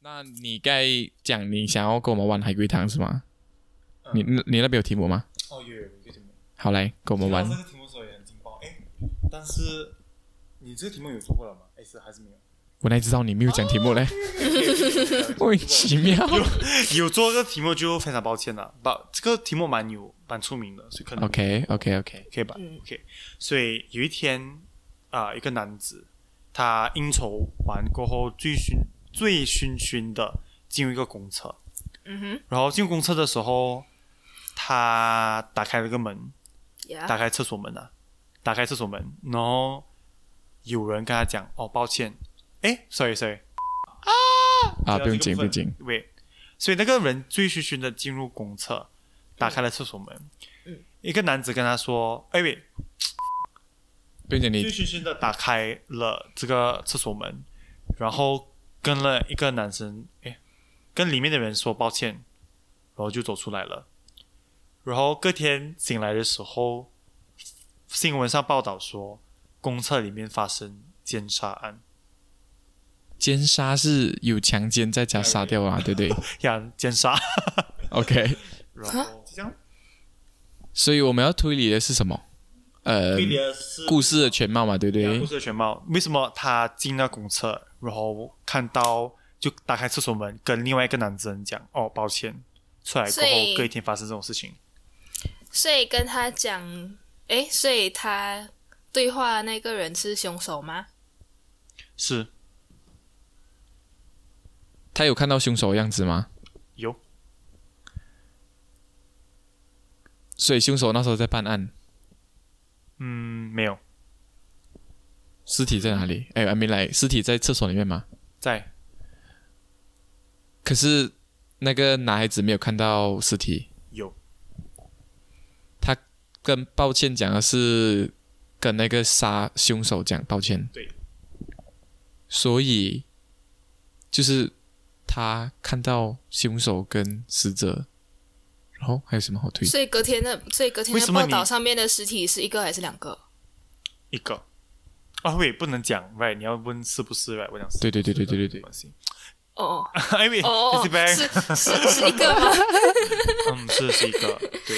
那你该讲你想要跟我们玩海龟汤是吗？嗯你你你那边有题目吗？哦，有有有个题目，好来跟我们玩听到这个题目的时候也很劲爆，哎，但是你这个题目有做过了吗？哎，是还是没有？我哪知道你没有讲题目嘞， 莫名其妙。啊有做这个题目就非常抱歉了，把这个题目蛮有蛮出名的，所以可能 OK OK OK，可以吧、o k 所以有一天啊、一个男子他应酬完过后醉醺醉醺醺的进入一个公厕，嗯哼，然后进入公厕的时候，他打开了个门，打呀，开厕所门啊，打开厕所门，然后有人跟他讲：“哦，抱歉，哎，sorry sorry，啊，只要不用这紧不个用部分紧，喂，所以那个人醉醺醺的进入公厕，打开了厕所门，嗯一个男子跟他说：“哎喂，不用紧醉你醺醺的打开了这个厕所门，然后跟了一个男生，哎，跟里面的人说抱歉，然后就走出来了。然后隔天醒来的时候，新闻上报道说公厕里面发生奸杀案，奸杀是有强奸再加杀掉啊，对不对呀，奸杀， ？OK，然啊后就这样所以我们要推理的是什么？呃，的是故事的全貌嘛，对不故对？事的全貌。为什么他进了公厕，然后看到就打开厕所门，跟另外一个男生讲：“哦，抱歉。”出来过所以后，隔一天发生这种事情。所以跟他讲，诶，所以他对话那个人是凶手吗？是他有看到凶手的样子吗？有所以凶手那时候在办案，嗯没有尸体在哪里？哎，还没来，尸体在厕所里面吗？在可是那个男孩子没有看到尸体，有跟抱歉讲的是跟那个杀凶手讲抱歉。对。所以就是他看到凶手跟死者，然后还有什么好推？所以隔天的，所以隔天嗯为的什么报你道上面的尸体是一个还是两个？一个啊，喂，不能讲，right？你要问是不是，right？我讲是，对对对对对对对没关系。 哦哦哎喂，哦，是哦呗，是是是一个 吗？嗯，是是一 个，对，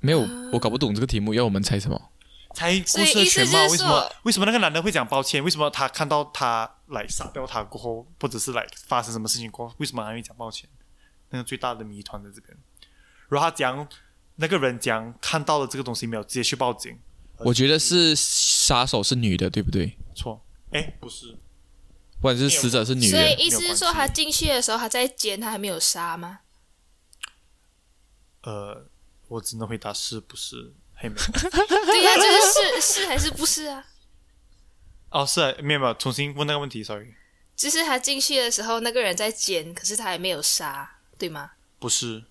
没有，呃我搞不懂这个题目，要我们猜什么？才故所以事的意思全貌。就是为什么说为什么那个男的会讲抱歉？为什么他看到他来杀掉他过后，或者是来发生什么事情过后，为什么还会讲抱歉？那个最大的谜团在这边。然后他讲那个人讲看到了这个东西没有，直接去报警。我觉得是杀手是女的，对不对？错，哎，不是，或者是死者是女所以的？意思是说，他进去的时候他在监，他还没有杀吗？呃，我只能回答是不是，还没有。对呀、就是是是还是不是啊？ 哦，是啊没有没有，重新问那个问题，sorry，就是他进去的时候，那个人在监，可是他还没有杀，对吗？不是，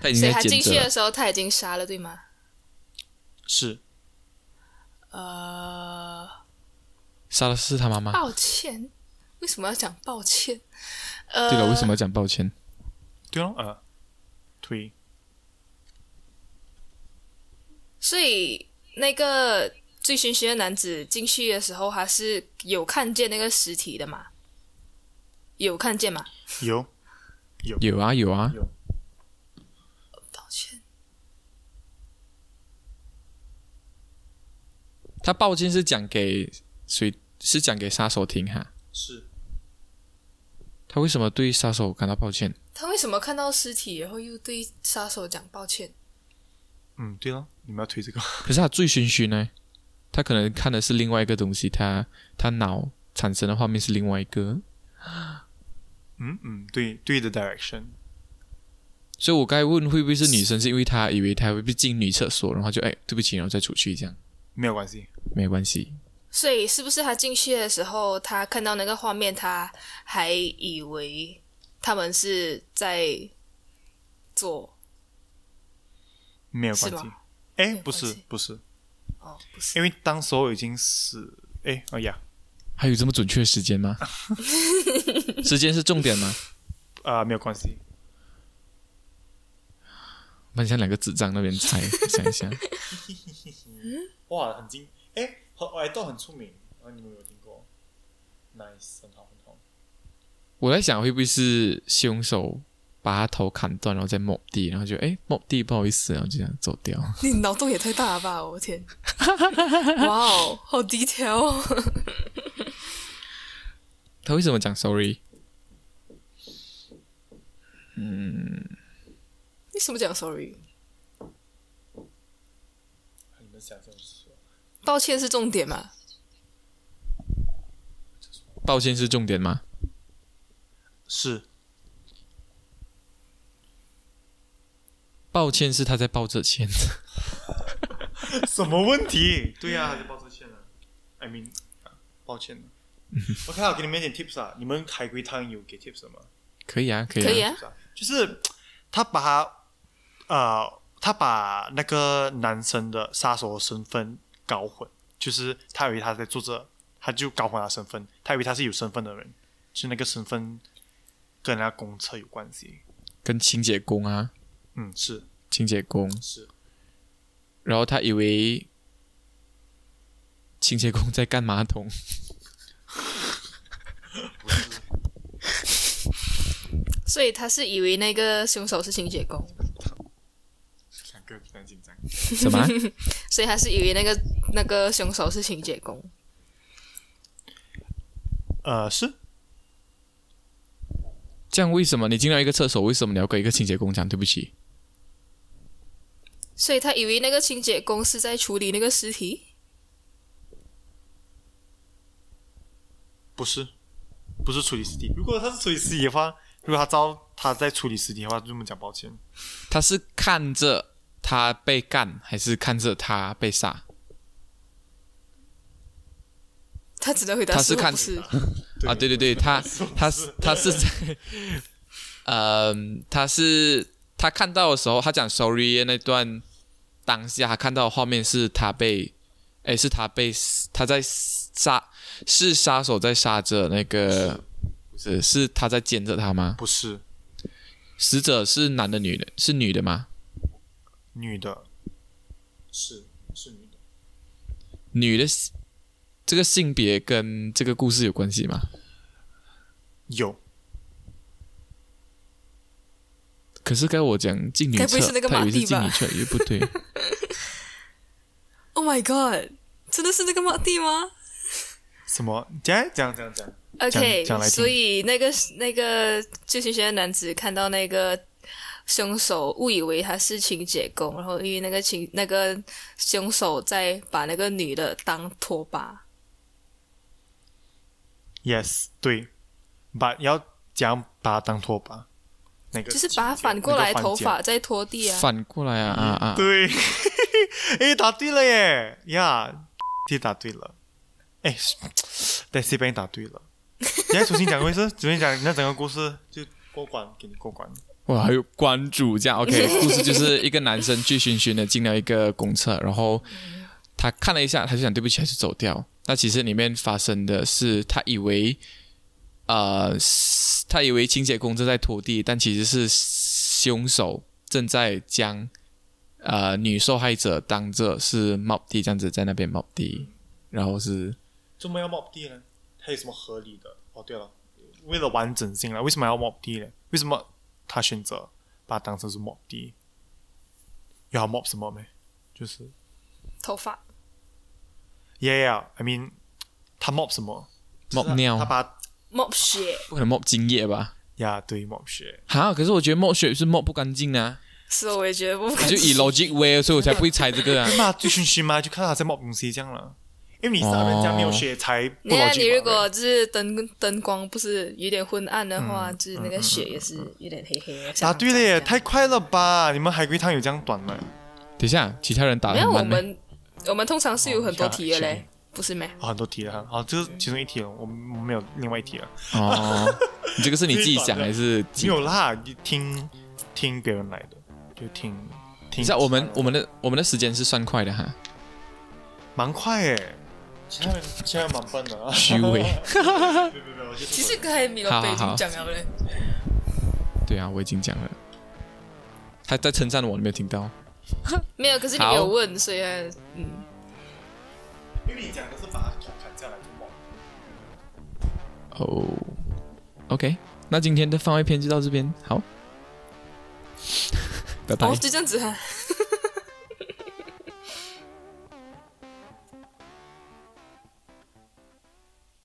他已经所在以他检进去责的。时候他已经杀了，对吗？是呃，杀的是他妈妈。抱歉，为什么要讲抱歉？呃，对了，为什么要讲抱歉？对哦，呃，对，所以那个醉醺醺的男子进去的时候，他是有看见那个尸体的嘛？有看见吗？有有啊有啊，抱歉，他抱歉是讲给谁？是讲给杀手听哈。是他为什么对杀手感到抱歉？他为什么看到尸体，然后又对杀手讲抱歉？嗯，对了，你们要推这个 可是他醉醺醺呢，他可能看的是另外一个东西，他他脑产生的画面是另外一个。嗯嗯，对对的 direction，所以我该问会不会是女生，是因为他以为他会被进女厕所，然后就哎对不起，然后再出去这样，没有关系，没有关系。所以是不是他进去的时候，他看到那个画面，他还以为他们是在做没有关是系吗，哎，有不关是系不是，哦，不是因为当时候已经死，哎，哎呀，还有这么准确的时间吗？时间是重点吗？啊、没有关系。我很像两个纸张那边猜，想一下，哇，很精，哎，很哎都很出名，啊，你们有听过？Nice，很好很啊好。我在想会不会是凶手把他头砍断，然后再抹地，然后就哎抹地不好意思，然啊后就这样走掉。你脑洞也太大了吧！我天，哇哦，好 detail 哦。 他为什么讲 sorry？为什么讲 sorry？你们想象是什么？道歉是重点嘛？抱歉是重点吗？是抱歉是他在抱着歉，什么问题？ 对呀、还是抱歉了。I mean，抱 歉了。OK，啊我给你们一点 tips 啊，你们海龟汤有给 tips 的吗？ 可以啊，可以、啊，可以啊，是啊，就是他把他呃，他把那个男生的杀手的身份搞混，就是他以为他在做这，他就搞混他身份，他以为他是有身份的人，就是那个身份跟人家公车有关系。跟清洁工啊，嗯，是清洁工，是，然后他以为清洁工在干马桶， 不是所以他是以为那个凶手是清洁工，两个非常紧张。什么啊？所以他是以为那个那个凶手是清洁工。呃，是这样为什么你进到一个厕所，为什么你要跟一个清洁工讲对不起？所以他以为那个清洁工是在处理那个尸体，不是？不是处理尸体。如果他是处理尸体的话，如果他招他在处理尸体的话，就这么讲抱歉。他是看着他被干，还是看着他被杀？他只能回答他是或看不是。啊，对对对， 他他他是在，呃，他是他看到的时候，他讲 sorry 的那段当下，他看到的画面是他被，哎，是他被他在杀，是杀手在杀着那个，不是是他在监着他吗？不是死者是男的女的？是女的吗？女的，是是女的。女的这个性别跟这个故事有关系吗？有，可是该我讲进女该不厕会是那，个他以为马是蒂进吧女厕，也不 对。 Oh my god，真的是那个马蒂吗什么？讲讲讲讲， ？OK，讲来听所以那个那个救星学的男子看到那个凶手，误以为他是清洁工，然后因为那个清那个凶手在把那个女的当拖把。 Yes，对，把要讲把它当拖把，那个就是把它反过来，那个头环节发再拖地啊。反过来啊啊啊！对， 哎，答对了耶，呀，你答对了，哎，但是被你答对 了，你再重新讲过一次，重新讲那整个故事就过关，给你过关，哇，还有关注这 样，OK，故事就是一个男生醉醺醺的进了一个公厕，然后他看了一下，他就想对不起，还是走掉。那其实里面发生的是，他以为呃，他以为清洁工正在拖地，但其实是凶手正在将呃女受害者当着是冒地这样子在那边冒地，然后是怎么要抹地呢？它有什么合理的？哦，对了，为了完整性了，为什么要抹地呢？为什么他选择把它当成是抹地？要抹什么没？就是。头发 Yeah, yeah. I mean，他 mop 什么？冒他尿，把，mop 血不可能冒精液吧？呀，对 mop 血。哈，可是我觉得冒血是冒不干净的、啊，是我也觉得不就以 logic way，所以我才不会猜这个啊。那醉醺醺嘛，就看到他在 mop 东西这样了。因为你知道人家没有血才不 你逻看，辑你嘛如果就是灯灯光不是有点昏暗的话，嗯就是那个血也是有点黑黑的。答像啊对了耶，这样太快了吧！你们海龟汤有这样短吗？等一下，其他人打没得有很慢我呢。们我们通常是有很多题的哦嘞，不是没？哦很多题了哈，好，这是其中一题了，我们我们没有另外一题了。 哦，你这个是你自己想还是记？没有啦，你听听别人来的，就听听。你知道我们我们的我们的时间是算快的哈，蛮快哎，其他人其他人蛮笨的、啊，虚伪。 没有没有没有，我其其实刚才米老贝已经讲了嘞，对啊，我已经讲了，他在称赞我，你没有听到？没有，可是你好没有问，所以还嗯，因为你讲的是把它砍下来就忘了。哦、o k 那今天的番外篇就到这边，好，拜拜哦，。就这样子啊。